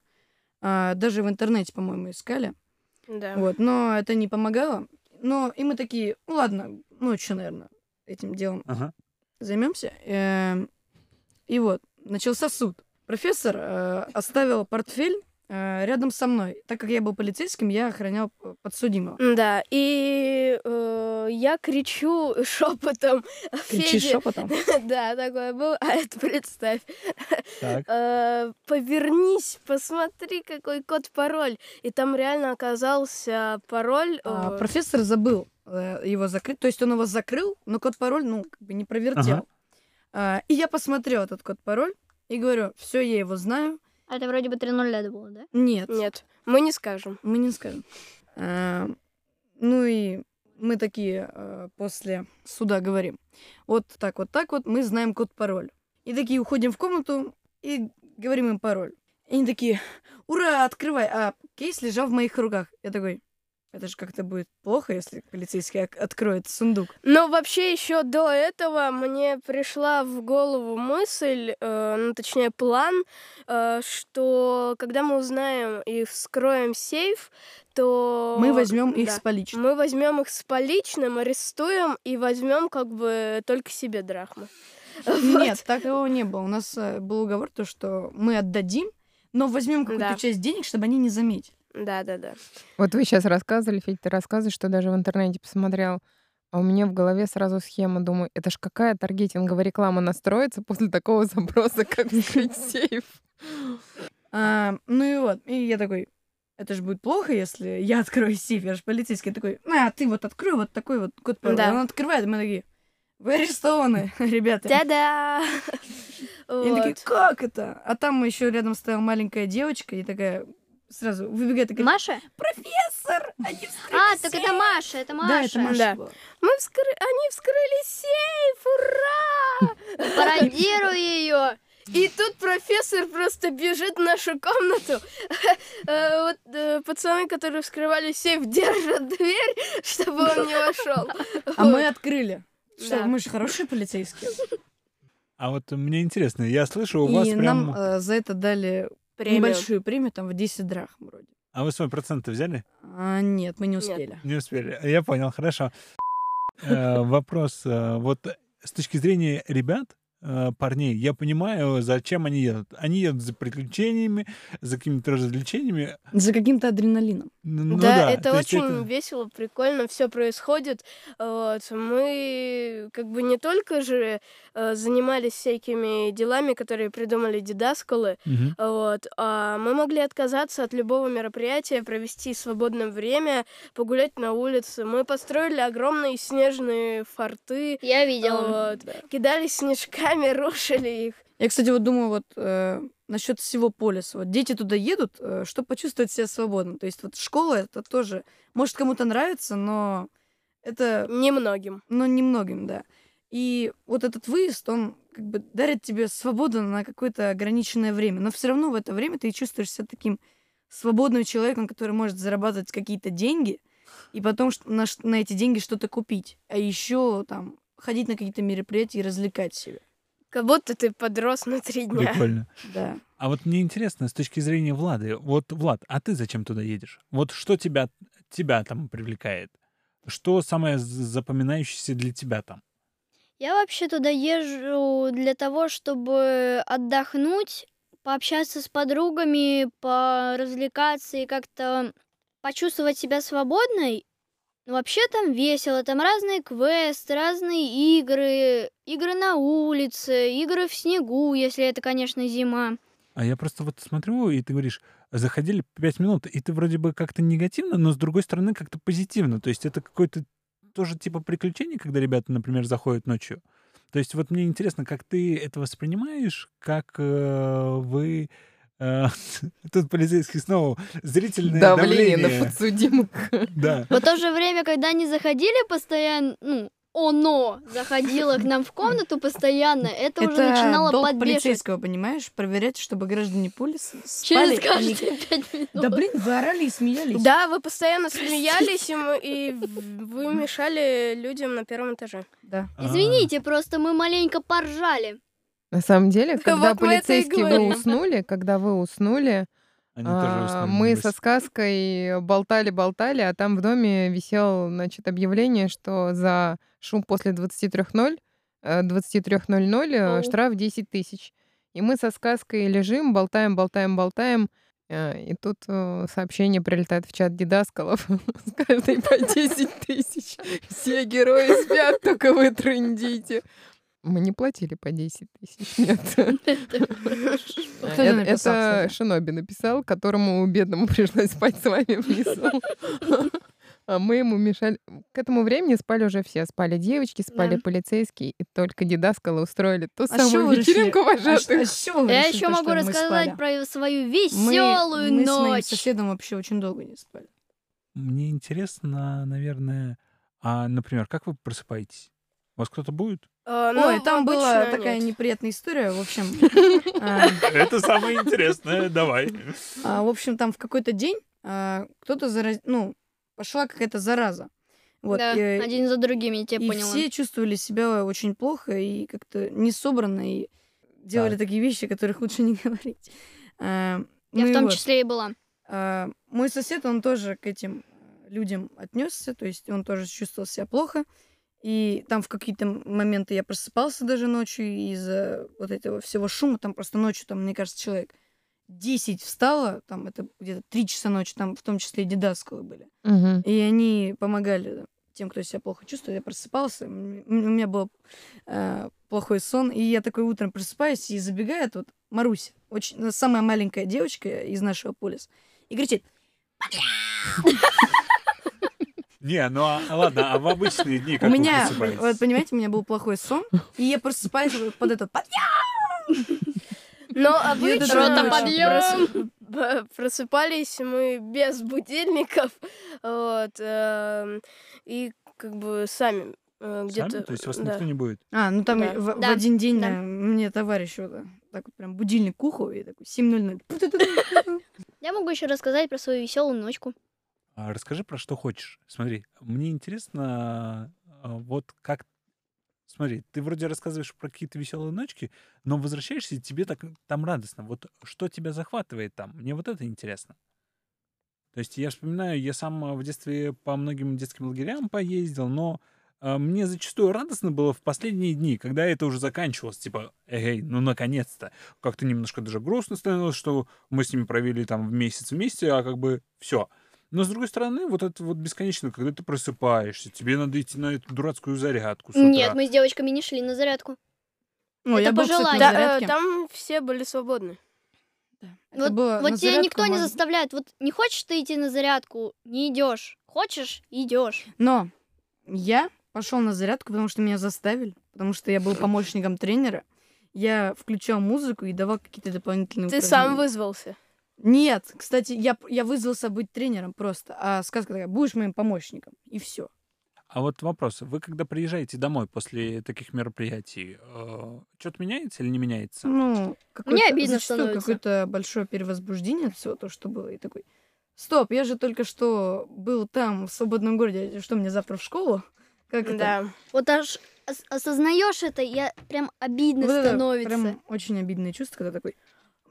S2: А, Даже в интернете, по-моему, искали.
S5: Да.
S2: Вот, но это не помогало. Но и мы такие, ну ладно, ночью, наверное, этим делом
S4: Ага.
S2: займемся. Эм, И вот, начался суд. Профессор э, оставил портфель э, рядом со мной. Так как я был полицейским, я охранял э, подсудимого.
S5: Да, и э, я кричу шепотом
S2: Кричишь
S5: Федя,
S2: шепотом.
S5: да, такое было, а это представь.
S4: Так.
S5: Э, Повернись, посмотри, какой код пароль. И там реально оказался пароль.
S2: А,
S5: э,
S2: профессор забыл э, его закрыть. То есть он его закрыл, но код-пароль, ну, как бы не провертел.
S4: Ага.
S2: А, и я посмотрел этот код-пароль и говорю, все, я его знаю.
S6: А это вроде бы 3.0 надо было, да?
S2: Нет.
S5: Нет, мы не скажем.
S2: Мы не скажем. А, Ну и мы такие а, после суда говорим. Вот так, вот так вот, мы знаем код-пароль. И такие уходим в комнату и говорим им пароль. И они такие, ура, открывай. А кейс лежал в моих руках. Я такой, Это же как-то будет плохо, если полицейский ок- откроет сундук.
S5: Но вообще еще до этого мне пришла в голову мысль, э, ну точнее план, э, что когда мы узнаем и вскроем сейф, то
S2: Мы возьмем их
S5: да.
S2: с поличным.
S5: мы возьмем их с поличным, арестуем и возьмем как бы только себе драхмы.
S2: Нет, такого не было. У нас э, был уговор, то, что мы отдадим, но возьмем какую-то
S5: Да.
S2: часть денег, чтобы они не заметили.
S5: Да, да, да.
S3: Вот вы сейчас рассказывали, Федь, ты рассказываешь, что даже в интернете посмотрел. А у меня в голове сразу схема. Думаю, это ж какая таргетинговая реклама настроится после такого запроса, как вскрыть сейф.
S2: А, ну и вот, и я такой, это же будет плохо, если я открою сейф, я же полицейский Я такой, а, ты вот открой вот такой вот код пароля».
S5: Ну Да.
S2: Он открывает, и мы такие, вы арестованы, ребята.
S5: Да-да!
S2: И они такие,
S5: Вот.
S2: как это? А там еще рядом стояла маленькая девочка, и такая сразу выбегает, такая,
S6: Маша?
S2: профессор, они вскрыли
S6: А, так
S2: сейф».
S6: это Маша, это Маша.
S2: Да, это Маша
S5: а, Да.
S2: была.
S5: Мы вскры- Они вскрыли сейф! Ура!
S6: Пародируй ее.
S5: И тут профессор просто бежит в нашу комнату. Э, Вот э, пацаны, которые вскрывали сейф, держат дверь, чтобы он не вошел.
S2: А мы открыли. Что,
S5: Да.
S2: мы же хорошие полицейские.
S4: А вот мне интересно, я слышу, у вас
S2: И
S4: прям...
S2: нам э, за это дали небольшую премию, там в 10 драхм вроде.
S4: А вы свой процент взяли?
S2: А, нет, мы не успели.
S4: Не успели. Я понял, хорошо. Э, Вопрос. э, Вот с точки зрения ребят, э, парней, я понимаю, зачем они едут. Они едут за приключениями, за какими-то развлечениями.
S2: За каким-то адреналином.
S4: Н- ну
S5: Да, это
S4: то есть
S5: очень весело, прикольно, все происходит. Вот. Мы как бы не только же э, занимались всякими делами, которые придумали дедасколы,
S4: Мгм.
S5: Вот. А мы могли отказаться от любого мероприятия, провести свободное время, погулять на улице. Мы построили огромные снежные форты,
S6: Я видела.
S5: вот, кидались снежками, рушили их.
S2: Я, кстати, вот думаю, вот э, насчет всего полиса. Вот дети туда едут, э, чтобы почувствовать себя свободно. То есть вот школа это тоже, может, кому-то нравится, но это
S5: Немногим.
S2: но немногим, да. И вот этот выезд, он как бы дарит тебе свободу на какое-то ограниченное время, но все равно в это время ты чувствуешь себя таким свободным человеком, который может зарабатывать какие-то деньги и потом ш- на, ш- на эти деньги что-то купить, а еще там ходить на какие-то мероприятия и развлекать себя,
S5: Как будто ты подрос на три дня.
S4: Прикольно.
S2: да.
S4: А вот мне интересно, с точки зрения Влады, вот, Влад, а ты зачем туда едешь? Вот что тебя, тебя там привлекает? Что самое з- запоминающееся для тебя там?
S6: Я вообще туда езжу для того, чтобы отдохнуть, пообщаться с подругами, поразвлекаться и как-то почувствовать себя свободной. Но вообще там весело, там разные квесты, разные игры, игры на улице, игры в снегу, если это, конечно, зима.
S4: А я просто вот смотрю, и ты говоришь, заходили пять минут, и ты вроде бы как-то негативно, но с другой стороны как-то позитивно. То есть это какое-то тоже типа приключение, когда ребята, например, заходят ночью. То есть вот мне интересно, как ты это воспринимаешь, как э, вы... э, тут полицейский снова зрительное
S3: Давление
S4: давление.
S3: на подсудимых.
S4: Да.
S6: В то же время, когда они заходили постоянно, ну, оно заходило к нам в комнату постоянно, это, уже начинало
S2: долг
S6: подбешивать.
S2: полицейского, понимаешь, проверять, чтобы граждане полиса спали
S6: Через
S2: и не-
S6: каждые пять минут.
S2: Да блин, вы орали и смеялись.
S5: Да, вы постоянно смеялись, и, мы- и вы мешали людям на первом этаже.
S2: Да.
S4: а,
S6: Извините, просто мы маленько поржали.
S3: На самом деле, когда
S5: вот мы это и
S3: полицейские вы
S5: говорим.
S3: уснули, когда вы уснули,
S4: А, они тоже
S3: а,
S4: уснули,
S3: мы
S4: небось.
S3: со сказкой болтали-болтали, а там в доме висело, значит, объявление, что за шум после 23.00, э, 23.00 э,
S6: Оу.
S3: штраф 10 тысяч. И мы со сказкой лежим, болтаем, болтаем, болтаем. э, И тут э, сообщение прилетает в чат Дидаскалов. С каждой по 10 тысяч. Все герои спят, только вы трындите. Мы не платили по 10 тысяч, нет.
S2: Кто
S3: Э,
S2: это
S3: Это,
S2: написал,
S3: это
S2: кстати?
S3: Шиноби написал, которому бедному пришлось спать с вами внизу. А мы ему мешали. К этому времени спали уже все. Спали девочки, спали
S6: Да.
S3: полицейские, и только Дидаскала устроили ту
S2: А с чего
S3: самую
S2: вы решили?
S3: вечеринку
S2: А ш- а
S3: вожатых.
S2: с чего вы
S6: Я
S2: решили
S6: еще
S2: то,
S6: могу
S2: что мы
S6: рассказать
S2: спали?
S6: про свою
S2: Мы-
S6: веселую
S2: мы с моим
S6: ночь.
S2: соседом вообще очень долго не спали.
S4: Мне интересно, наверное, а, например, как вы просыпаетесь? У вас кто-то будет?
S5: Э,
S2: Ой,
S5: ну,
S2: там была
S5: обычно
S2: такая
S5: нет.
S2: неприятная история. В общем, а,
S4: Это самое интересное, давай.
S2: а, в общем, там в какой-то день а, кто-то зараз- ну, пошла какая-то зараза. Вот.
S6: да,
S2: э,
S6: один за другим, я тебя
S2: и
S6: поняла.
S2: все чувствовали себя очень плохо и как-то не собранно, и делали такие вещи, о которых лучше не говорить. А,
S6: Я
S2: ну
S6: в
S2: и
S6: том
S2: вот,
S6: числе и была.
S2: а, Мой сосед, он тоже к этим людям отнесся, то есть он тоже чувствовал себя плохо. И там в какие-то моменты я просыпался даже ночью из-за вот этого всего шума. Там просто ночью, там, мне кажется, человек 10 встало, там это где-то 3 часа ночи, там в том числе и дедасковы были.
S3: Мгм.
S2: И они помогали тем, кто себя плохо чувствует. Я просыпался, м- у меня был э, плохой сон, и я такой утром просыпаюсь, и забегает вот Маруся, очень, ну, самая маленькая девочка из нашего полиса, и кричит,
S4: Не, ну а- ладно, а в обычные дни
S2: у
S4: как вы
S2: меня, вот
S4: просыпаетесь?
S2: понимаете, у меня был плохой сон, и я просыпаюсь вот под этот «Подъем!»
S5: Но
S2: И вот это
S5: обычно
S2: ночью
S6: подъём.
S5: прос- б- просыпались мы без будильников, вот, эм, и как бы сами э,
S4: Сами?
S5: где-то...
S4: То есть вас
S5: да.
S4: никто не будет?
S2: А, ну там
S5: Да.
S2: в, в
S6: Да,
S2: один день
S6: да.
S2: э, мне товарищ вот э, так вот прям будильник к уху, и такой 7.00.
S6: Я могу еще рассказать про свою веселую ночку.
S4: А, Расскажи про что хочешь. Смотри, мне интересно, а, вот как... Смотри, ты вроде рассказываешь про какие-то веселые ночки, но возвращаешься, и тебе так там радостно. Вот что тебя захватывает там? Мне вот это интересно. То есть я вспоминаю, я сам а, в детстве по многим детским лагерям поездил, но а, мне зачастую радостно было в последние дни, когда это уже заканчивалось, типа, эй, ну наконец-то. Как-то немножко даже грустно становилось, что мы с ними провели там в месяц вместе, а как бы все. Но с другой стороны, вот это вот бесконечно, когда ты просыпаешься, тебе надо идти на эту дурацкую зарядку с утра.
S6: Нет, мы с девочками не шли на зарядку.
S2: Ну,
S6: Это
S2: я был, кстати, на
S6: пожелание.
S5: Да, э,
S2: зарядке.
S5: там все были свободны.
S2: Это было
S6: вот
S2: на
S6: тебя
S2: зарядку,
S6: никто не
S2: можно-
S6: заставляет. Вот не хочешь ты идти на зарядку, не идешь. Хочешь, идешь.
S2: Но я пошел на зарядку, потому что меня заставили, потому что я был помощником тренера. Я включал музыку и давал какие-то дополнительные
S5: Ты
S2: упражнения.
S5: сам вызвался.
S2: Нет, кстати, я, я вызвался быть тренером просто. А сказка такая, будешь моим помощником. И все.
S4: А вот вопрос. Вы когда приезжаете домой после таких мероприятий, что-то меняется или не меняется?
S2: Ну,
S6: Мне
S2: какое-то-
S6: обидно
S2: зачастую
S6: становится.
S2: какое-то большое перевозбуждение от всего того, что было. И такой, стоп, я же только что был там, в свободном городе. а Что, мне завтра в школу? Как это?
S5: Да.
S6: Вот аж ос- осознаешь это, я прям обидно
S2: Вот это
S6: становится.
S2: прям очень обидное чувство, когда такой...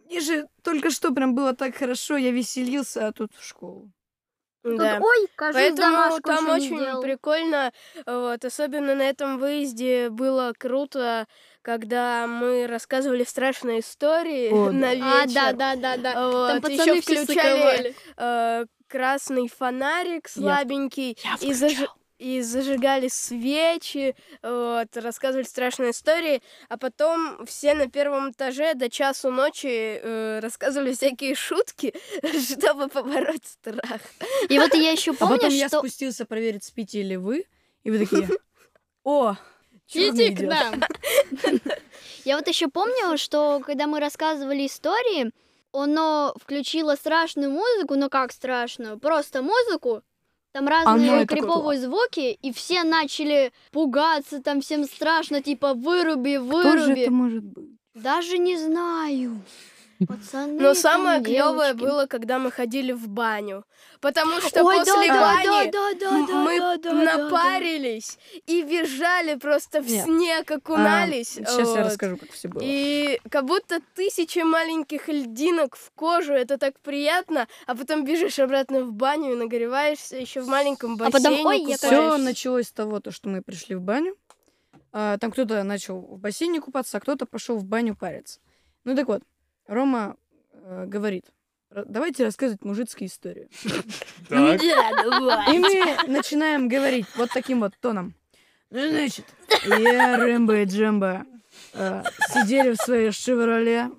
S2: Мне же только что прям было так хорошо, я веселился, а тут в школу. Ну,
S6: Тут,
S5: да.
S6: Ой, кажется,
S5: Поэтому
S6: домашку
S5: там
S6: ещё не
S5: очень
S6: сделал».
S5: прикольно, вот, особенно на этом выезде было круто, когда мы рассказывали страшные истории
S2: О, да.
S5: на
S6: А,
S5: вечер.
S6: да, да, да, да.
S5: Вот,
S6: Там
S5: ещё
S6: пацаны все
S5: включали,
S6: сыковали.
S5: э, красный фонарик слабенький и, зажи- и зажигали свечи, вот, рассказывали страшные истории, а потом все на первом этаже до часу ночи э, рассказывали всякие шутки, чтобы побороть страх.
S6: И вот я еще
S2: а потом
S6: помню,
S2: я
S6: что
S2: спустился проверить, спите ли вы, и вы такие... О, чёрный
S6: Иди к
S2: идёт».
S6: нам. Я вот еще помню, что когда мы рассказывали истории, оно включило страшную музыку, ну как страшную, просто музыку. Там
S2: Оно
S6: разные
S2: это
S6: криповые звуки, и все начали пугаться, там всем страшно, типа выруби,
S2: Кто же
S6: выруби.
S2: это может быть?
S6: Даже не знаю. Пацаны,
S5: Но самое
S6: там
S5: клевое
S6: девочки.
S5: было, когда мы ходили в баню. Потому что
S6: Ой, да,
S5: после
S6: да,
S5: бани
S6: да, да, да,
S5: м-
S6: да,
S5: мы
S6: да, да, да, да.
S5: напарились и бежали просто в
S2: Нет.
S5: снег, окунались.
S6: А,
S2: Сейчас я
S5: вот.
S2: расскажу, как все было.
S5: И как будто тысячи маленьких льдинок в кожу, это так приятно, а потом бежишь обратно в баню и нагреваешься еще в маленьком
S6: А
S5: бассейне.
S6: потом, ой, я
S5: купаешься.
S2: Все началось с того, то, что мы пришли в баню. А, там кто-то начал в бассейне купаться, а кто-то пошел в баню париться. Ну так вот, Рома э, говорит, «Р- давайте рассказывать мужицкие истории.
S4: Так.
S5: Да, давай.
S2: И мы начинаем говорить вот таким вот тоном. Ну, значит, я, Рэмбо и Джембо, э, сидели в своей «Шевроле»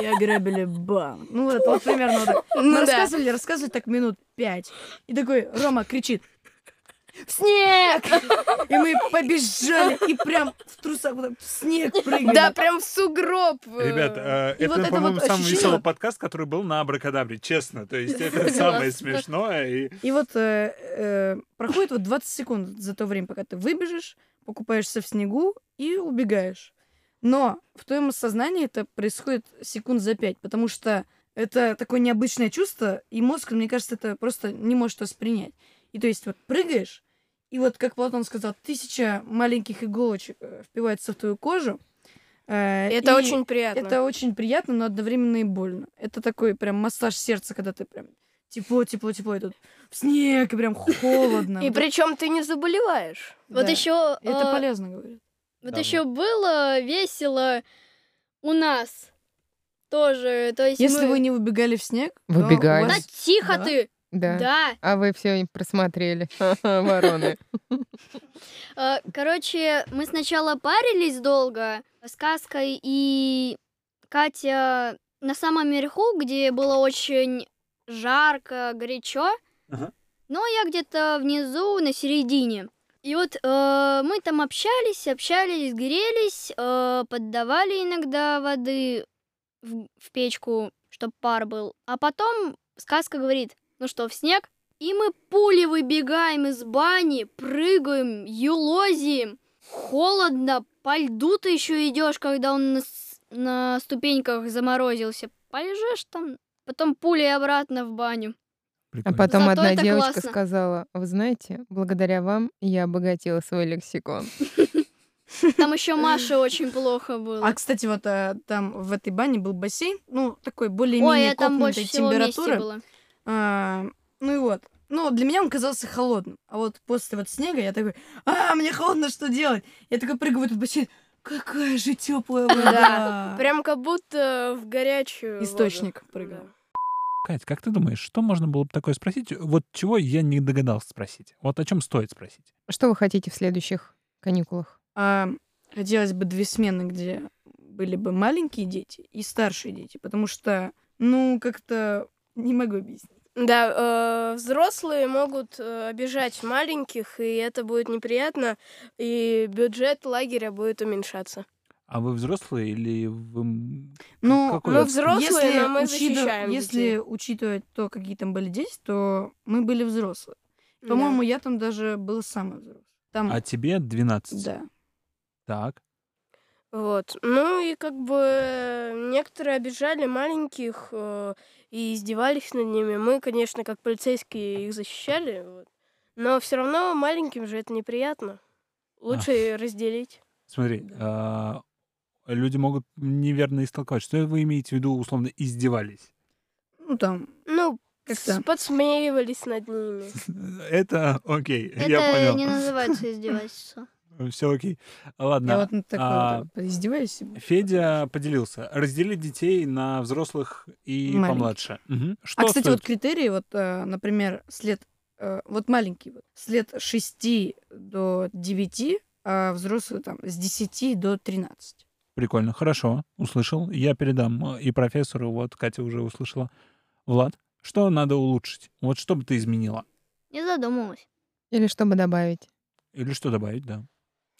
S2: и ограбили банк. Ну, вот, это вот примерно вот так. Мы
S5: Ну да.
S2: рассказывали, рассказывали так минут пять. И такой Рома кричит. В снег! И мы побежали, и прям в трусах вот так в снег прыгали.
S5: Да, прям в сугроп. э,
S4: Ребят, э,
S2: и
S4: это,
S2: вот это
S4: по-моему,
S2: вот
S4: самый
S2: ощущение-
S4: веселый подкаст, который был на Абракадабре, честно. То есть это самое смешное. и-
S2: И вот э, э, проходит вот 20 секунд за то время, пока ты выбежишь, покупаешься в снегу и убегаешь. Но в твоем сознании это происходит секунд за пять, потому что это такое необычное чувство, и мозг, мне кажется, это просто не может воспринять. И И то есть вот прыгаешь, и вот, как Платон сказал, тысяча маленьких иголочек э, впивается в твою кожу. э,
S5: Это
S2: и
S5: очень приятно.
S2: Это очень приятно, но одновременно и больно. Это такой прям массаж сердца, когда ты прям тепло, тепло, тепло, и тут в снег, и прям холодно.
S5: И причем ты не заболеваешь.
S6: Вот
S2: Да.
S6: еще
S2: Это полезно, говорят.
S6: а, Вот
S4: Давно.
S6: еще было весело у нас тоже. То есть
S2: Если
S6: мы-
S2: вы не выбегали в снег... то
S3: Выбегали.
S2: у
S6: Да
S2: вас-
S6: тихо
S2: Да.
S6: ты!
S3: Да.
S6: Да.
S3: А вы все просмотрели, вороны.
S6: Э, Короче, мы сначала парились долго с Каской и Катя на самом верху, где было очень жарко, горячо.
S4: Ага.
S6: Но я где-то внизу, на середине. И вот э, мы там общались, общались, грелись, э, поддавали иногда воды в, в печку, чтобы пар был. А потом сказка говорит, ну что, в снег? И мы пули выбегаем из бани, прыгаем, юлозим. Холодно, по льду ты еще идешь, когда он на, с- на ступеньках заморозился. Полежишь там, потом пулей обратно в баню.
S3: А
S4: Прикольно.
S3: потом
S6: Зато
S3: одна
S6: это
S3: девочка
S6: классно.
S3: сказала, вы знаете, благодаря вам я обогатила свой лексикон.
S6: Там еще Маше очень плохо было.
S2: А, кстати, вот э, там в этой бане был бассейн, ну, такой
S6: Ой,
S2: более-менее
S6: я там больше
S2: копнутой
S6: всего вместе
S2: температуры.
S6: было.
S2: А, ну и вот. Ну, для меня он казался холодным. А вот после вот снега я такой, а, мне холодно, что делать? Я такой прыгаю в этот бассейн, какая же теплая
S4: А
S2: вода.
S5: Прям как будто в горячую.
S2: Источник
S5: воду.
S2: прыгал.
S4: Кать, как ты думаешь, что можно было бы такое спросить? Вот чего я не догадался спросить. Вот о чем стоит спросить.
S3: Что вы хотите в следующих каникулах?
S2: А, хотелось бы две смены, где были бы маленькие дети и старшие дети, потому что, ну, как-то не могу объяснить.
S5: Да, э, взрослые могут э, обижать маленьких, и это будет неприятно, и бюджет лагеря будет уменьшаться.
S4: А вы взрослые или вы... м,
S2: Ну,
S4: какой
S5: Мы
S4: вы-
S5: взрослые,
S2: если,
S5: но мы
S2: учитыв-
S5: защищаем
S2: если
S5: детей.
S2: учитывать то, какие там были дети, то мы были взрослые.
S5: Да.
S2: По-моему, я там даже был самый взрослый. Там,
S4: А тебе 12.
S2: да.
S4: Так.
S5: Вот. Ну и как бы некоторые обижали маленьких э, и издевались над ними. Мы, конечно, как полицейские их защищали, вот. но все равно маленьким же это неприятно. Лучше разделить.
S4: Смотри, а, люди могут неверно истолковать. Что вы имеете в виду, условно, издевались?
S2: Ну, там,
S5: Ну,
S2: Как-то.
S5: с- подсмеивались над ними.
S4: Это окей, я
S6: Это не
S4: понял.
S6: называется издевательство.
S4: Все окей. Ладно.
S2: я вот на такое
S4: а,
S2: вот издеваюсь. себе.
S4: Федя поделился. Разделить детей на взрослых и
S2: Маленьких.
S4: помладше. Мгм. Что
S2: А, кстати,
S4: стоит?
S2: вот критерии, вот, э, например, след, э, вот маленький, вот, с лет 6 до 9, а взрослый там с 10 до 13.
S4: Прикольно, хорошо, услышал. Я передам э, и профессору, вот Катя уже услышала. Влад, что надо улучшить? Вот что бы ты изменила?
S6: Не задумалась.
S3: Или что бы добавить?
S4: Или что добавить, да?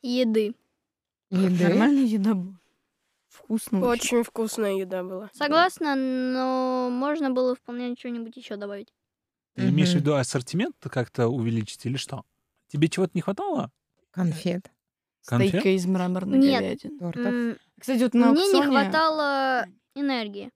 S6: Еды.
S3: Еды?
S2: Нормальная еда была. Вкусно. вообще.
S5: Очень вкусная еда была.
S6: Согласна, но можно было вполне что-нибудь еще добавить.
S4: Ты имеешь в
S3: Мгм.
S4: виду ассортимент как-то увеличить или что? Тебе чего-то не хватало?
S3: Конфет,
S4: Конфет?
S2: Стейка из мраморной
S6: Нет.
S2: говядины.
S3: тортов.
S6: М,
S2: Кстати, вот на
S6: Мне не
S2: аукционе-
S6: хватало энергии.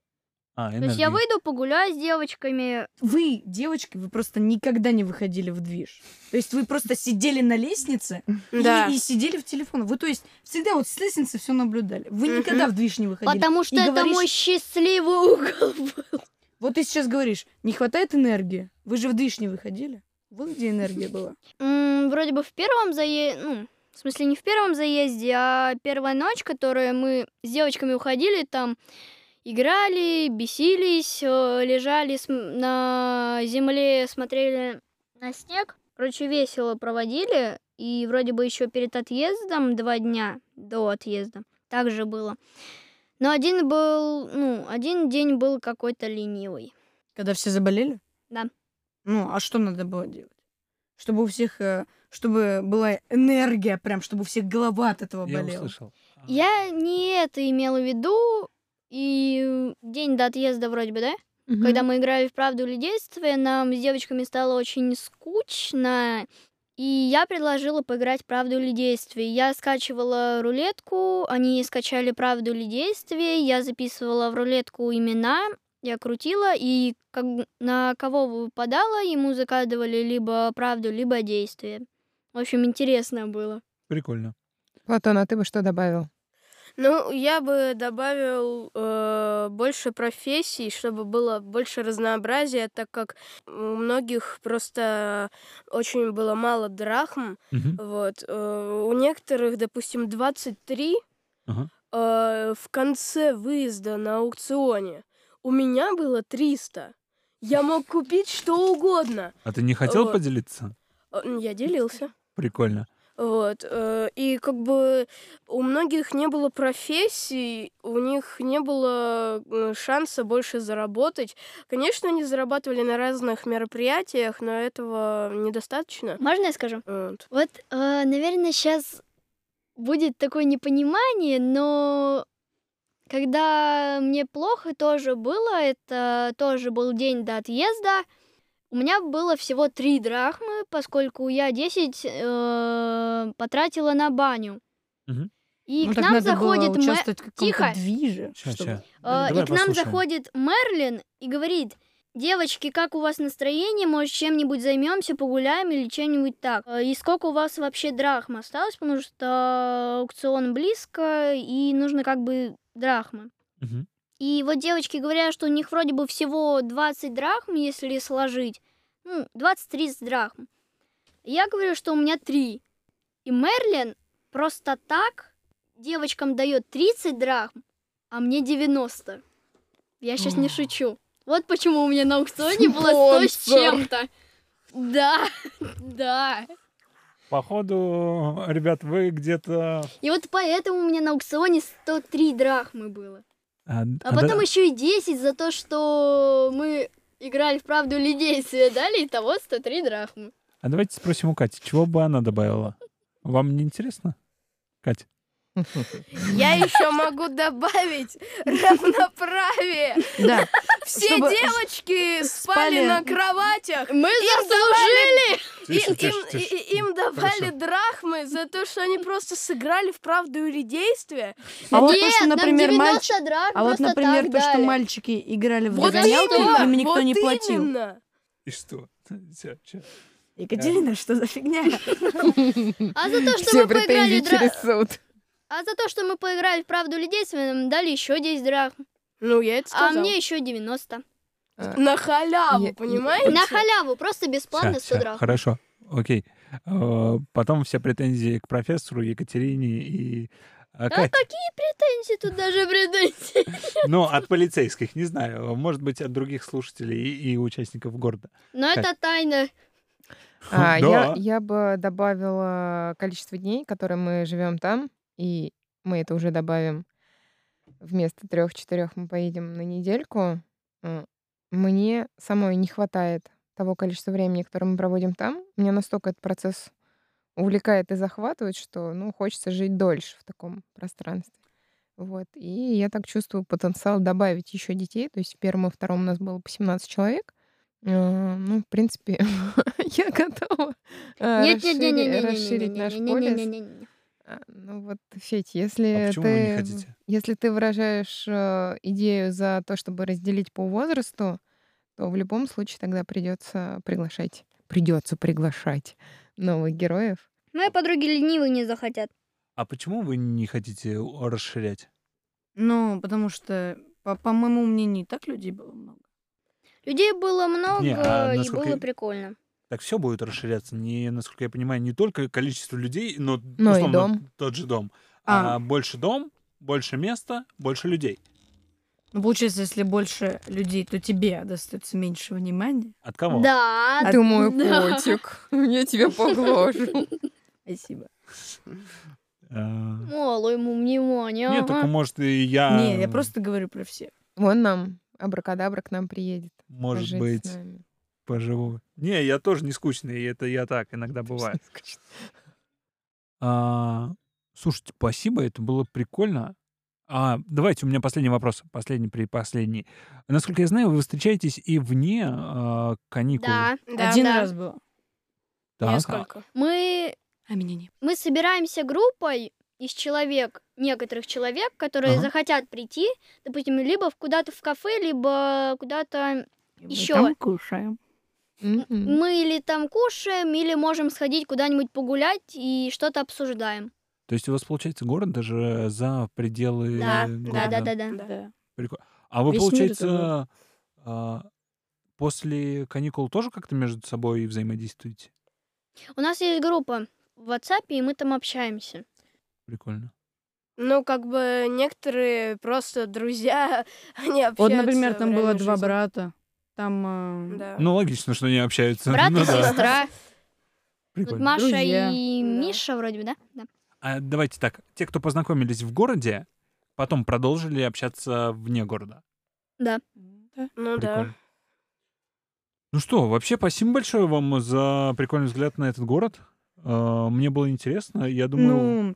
S4: А,
S6: То есть я
S4: энергии.
S6: выйду, погуляю с девочками.
S2: Вы, девочки, вы просто никогда не выходили в движ. То есть вы просто сидели на лестнице и,
S5: Да.
S2: и сидели в телефон. Вы, то есть, всегда вот с лестницы все наблюдали. Вы
S5: Мгм.
S2: никогда в движ не выходили.
S6: Потому что
S2: И
S6: это
S2: говоришь-
S6: мой счастливый угол был.
S2: Вот ты сейчас говоришь, не хватает энергии. Вы же в движ не выходили. Вот где энергия была.
S6: М, Вроде бы в первом заезде, ну, в смысле не в первом заезде, а первая ночь, которую мы с девочками уходили, там играли, бесились, э, лежали см- на земле, смотрели на снег. Короче, весело проводили. И вроде бы еще перед отъездом, два дня до отъезда, также было. Но один был, ну, один день был какой-то ленивый.
S2: Когда все заболели?
S6: Да.
S2: Ну, а что надо было делать? Чтобы у всех, э, чтобы была энергия прям, чтобы у всех голова от этого
S4: Я
S2: болела.
S4: услышал.
S6: Я не это имела в виду. И день до отъезда вроде бы, да? Когда мы играли в «Правду или действие», нам с девочками стало очень скучно. И я предложила поиграть в «Правду или действие». Я скачивала рулетку, они скачали «Правду или действие», я записывала в рулетку имена, я крутила, и как бы на кого выпадала, ему закадывали либо правду, либо действие. В общем, интересно было.
S4: Прикольно.
S3: Платон, а ты бы что добавил?
S5: Ну, я бы добавил э, больше профессий, чтобы было больше разнообразия, так как у многих просто очень было мало драхм.
S4: Мгм.
S5: Вот. Э, у некоторых, допустим, 23
S4: Ага.
S5: э, в конце выезда на аукционе. У меня было 300. Я мог купить что угодно.
S4: А ты не хотел
S5: Вот.
S4: поделиться?
S5: Э, Я делился.
S4: Прикольно.
S5: Вот. э, И как бы у многих не было профессий, у них не было м, шанса больше заработать. Конечно, они зарабатывали на разных мероприятиях, но этого недостаточно.
S6: Можно я скажу?
S5: Вот.
S6: Вот, э, наверное, сейчас будет такое непонимание, но когда мне плохо тоже было, это тоже был день до отъезда, у меня было всего три драхмы, поскольку я 10 э, потратила на баню.
S4: Мгм.
S6: И
S2: Ну,
S6: к
S2: так
S6: нам
S2: надо было
S6: заходит мэ-
S2: участвовать в каком-то
S6: Тихо.
S2: движе.
S4: Ща,
S2: чтобы-
S4: ща.
S6: Э,
S4: Давай
S6: и к нам
S4: послушаем.
S6: заходит Мерлин и говорит, девочки, как у вас настроение, может чем-нибудь займемся, погуляем или чем-нибудь так. Э, И сколько у вас вообще драхм осталось, потому что аукцион близко и нужно как бы драхмы.
S4: Мгм.
S6: И вот девочки говорят, что у них вроде бы всего 20 драхм, если сложить. Ну, 20-30 драхм. Я говорю, что у меня 3. И Мерлин просто так девочкам дает 30 драхм, а мне 90. Я сейчас не шучу. Вот почему у меня на аукционе было 100 с
S2: Спонсор.
S6: чем-то. Да, да.
S4: Походу, ребят, вы где-то...
S6: И вот поэтому у меня на аукционе 103 драхмы было.
S4: А,
S6: А
S4: да-
S6: потом еще и 10 за то, что мы играли в правду или действие, дали итого 103 драхмы.
S4: а давайте спросим у Кати, чего бы она добавила? Вам не интересно? Кать,
S5: Я еще могу добавить равноправие.
S2: Да.
S5: Все
S2: Чтобы А спали-
S5: девочки спали на кроватях.
S6: Мы заслужили!
S5: И- им, и- и- им давали драхмы за то, что они просто сыграли в правду или действие.
S2: А вот то,
S6: Нет,
S2: что,
S6: нам
S2: например,
S6: 90
S2: мальчик...
S6: драхм
S2: А вот,
S6: просто
S2: например,
S6: так
S2: то, что
S6: дали.
S2: мальчики играли в
S5: Вот
S2: догонялки,
S5: именно,
S2: им никто
S5: вот
S2: не платил.
S5: именно.
S4: И что? Всё, всё.
S2: Екатерина, что за фигня?
S6: А за то, что
S3: Все
S6: мы поиграли
S3: претензии
S6: в дра-
S3: через суд.
S6: А за то, что мы поиграли в правду или действие, нам дали еще 10 драхм.
S5: Ну, я это
S6: А
S5: сказала.
S6: мне еще 90.
S5: На халяву,
S3: Я- я-
S5: понимаете?
S6: На халяву, просто бесплатно
S4: Ща,
S6: 100
S4: ща,
S6: драхм.
S4: Хорошо, окей. Э, Потом все претензии к профессору Екатерине и... а,
S6: А
S4: Кать,
S6: какие претензии тут даже претензии?
S4: ну, от полицейских, не знаю. Может быть, от других слушателей и, и участников города.
S6: Но это тайна.
S3: А, я,
S4: да.
S3: я бы добавила количество дней, которые мы живем там, и мы это уже добавим. Вместо трех-четырех мы поедем на недельку. М, Мне самой не хватает того количества времени, которое мы проводим там. Меня настолько этот процесс увлекает и захватывает, что ну, хочется жить дольше в таком пространстве. Вот. И я так чувствую потенциал добавить еще детей. То есть в первом и втором у нас было по 17 человек. Э, Ну, в принципе, я готова э,
S6: Нет, нет,
S3: расшири-
S6: нет, нет,
S3: расширить наш полис. А, Ну вот, Федь, если
S4: А
S3: ты...
S4: почему вы не хотите?
S3: Если ты выражаешь э, идею за то, чтобы разделить по возрасту, то в любом случае тогда придется приглашать. Придется приглашать новых героев.
S6: Мои подруги ленивые не захотят.
S4: А почему вы не хотите расширять?
S2: Ну, потому что, по, по моему мнению, и так людей было много.
S6: Людей было
S4: Не, а
S6: много и
S4: насколько
S6: было
S4: я-
S6: прикольно.
S4: Так все будет расширяться, не, насколько я понимаю, не только количество людей, но,
S3: Но и
S4: условно,
S3: дом.
S4: тот же дом. А.
S2: А.
S4: больше дом, больше места, больше людей.
S2: Ну, получается, если больше людей, то тебе достается меньше внимания.
S4: От кого?
S6: Да.
S4: ну,
S2: А-
S3: Думаю,
S6: да.
S3: котик, я тебя поглажу.
S2: Спасибо.
S4: А,
S6: Мало ему внимания.
S4: Нет,
S6: ага.
S4: только может и я.
S2: Не, я просто говорю про всех.
S3: Вон нам абракадабра к нам приедет. пожить
S4: Может быть,
S3: с нами.
S4: поживу. Не, я тоже не скучный, и это я так иногда бывает. А, слушайте, спасибо, это было прикольно. А, давайте, у меня последний вопрос, последний при последний. Насколько я знаю, вы встречаетесь и вне а, каникул.
S6: Да.
S5: Да,
S2: Один
S5: да.
S2: раз было.
S4: Так, а-
S5: Несколько.
S6: Мы,
S2: А меня не
S6: мы собираемся группой, и из человек, некоторых человек, которые
S4: Ага.
S6: захотят прийти, допустим, либо в- куда-то в кафе, либо куда-то Ещё.
S2: Там кушаем.
S3: Мгм.
S6: мы или там кушаем, или можем сходить куда-нибудь погулять и что-то обсуждаем.
S4: То есть у вас, получается, город даже за пределы
S6: Да, да,
S4: города.
S6: да, да, да.
S2: Да.
S4: А вы,
S2: Весь мир
S4: получается, а, после каникул тоже как-то между собой взаимодействуете?
S6: У нас есть группа в WhatsApp, и мы там общаемся.
S4: Прикольно.
S5: Ну, как бы некоторые просто друзья, они общаются.
S2: Вот, например,
S5: в
S2: там было
S5: реальной
S2: два
S5: жизни.
S2: брата. Там э,
S5: Да.
S4: Ну, логично, что они общаются.
S6: Брат
S4: Ну
S6: и
S4: да,
S6: сестра. Вот
S4: прикольно.
S6: Маша
S2: Друзья.
S6: и
S5: Да.
S6: Миша вроде бы, да? Да.
S4: А давайте так, те, кто познакомились в городе, потом продолжили общаться вне города.
S2: да.
S5: Ну да.
S4: Прикольно. Ну что, вообще, спасибо большое вам за прикольный взгляд на этот город. Э, Мне было интересно. Я думаю,
S2: Ну,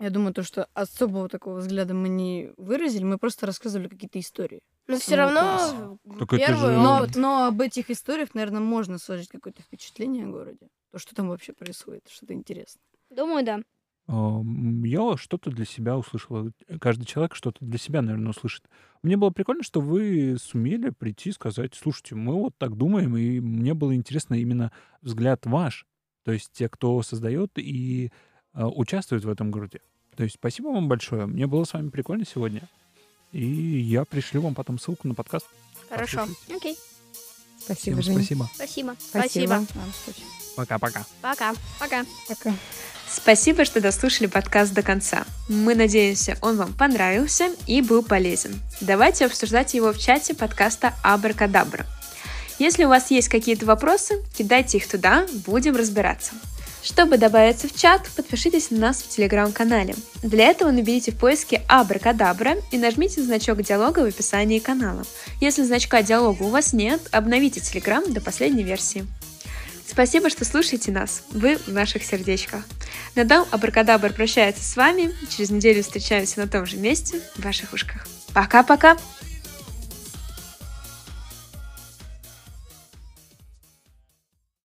S2: я думаю, то, что особого такого взгляда мы не выразили, мы просто рассказывали какие-то истории.
S5: Но
S2: Самого
S5: все Ну, равно
S2: класса.
S5: в-
S4: Так это
S5: первый
S4: же-
S2: Но,
S5: опыт.
S2: но об этих историях, наверное, можно сложить какое-то впечатление о городе. То, что там вообще происходит, что-то интересное.
S6: Думаю, да.
S4: эм, я что-то для себя услышала. Каждый человек что-то для себя, наверное, услышит. Мне было прикольно, что вы сумели прийти и сказать, слушайте, мы вот так думаем, и мне было интересно именно взгляд ваш, то есть те, кто создает и э, участвует в этом городе. То есть спасибо вам большое. Мне было с вами прикольно сегодня. И я пришлю вам потом ссылку на подкаст.
S5: Хорошо.
S4: Послушайте.
S6: Окей,
S3: Спасибо,
S4: Всем
S3: Жень.
S4: спасибо.
S6: спасибо.
S5: Спасибо.
S2: Ладно, спасибо.
S4: Пока-пока.
S5: Пока.
S6: Пока.
S3: Пока.
S1: Спасибо, что дослушали подкаст до конца. Мы надеемся, он вам понравился и был полезен. Давайте обсуждать его в чате подкаста Абракадабра. Если у вас есть какие-то вопросы, кидайте их туда, будем разбираться. Чтобы добавиться в чат, подпишитесь на нас в телеграм-канале. Для этого наберите в поиске Абракадабра и нажмите значок диалога в описании канала. Если значка диалога у вас нет, обновите телеграм до последней версии. Спасибо, что слушаете нас. Вы в наших сердечках. Надам Абракадабр прощается с вами. Через неделю встречаемся на том же месте в ваших ушках. Пока-пока!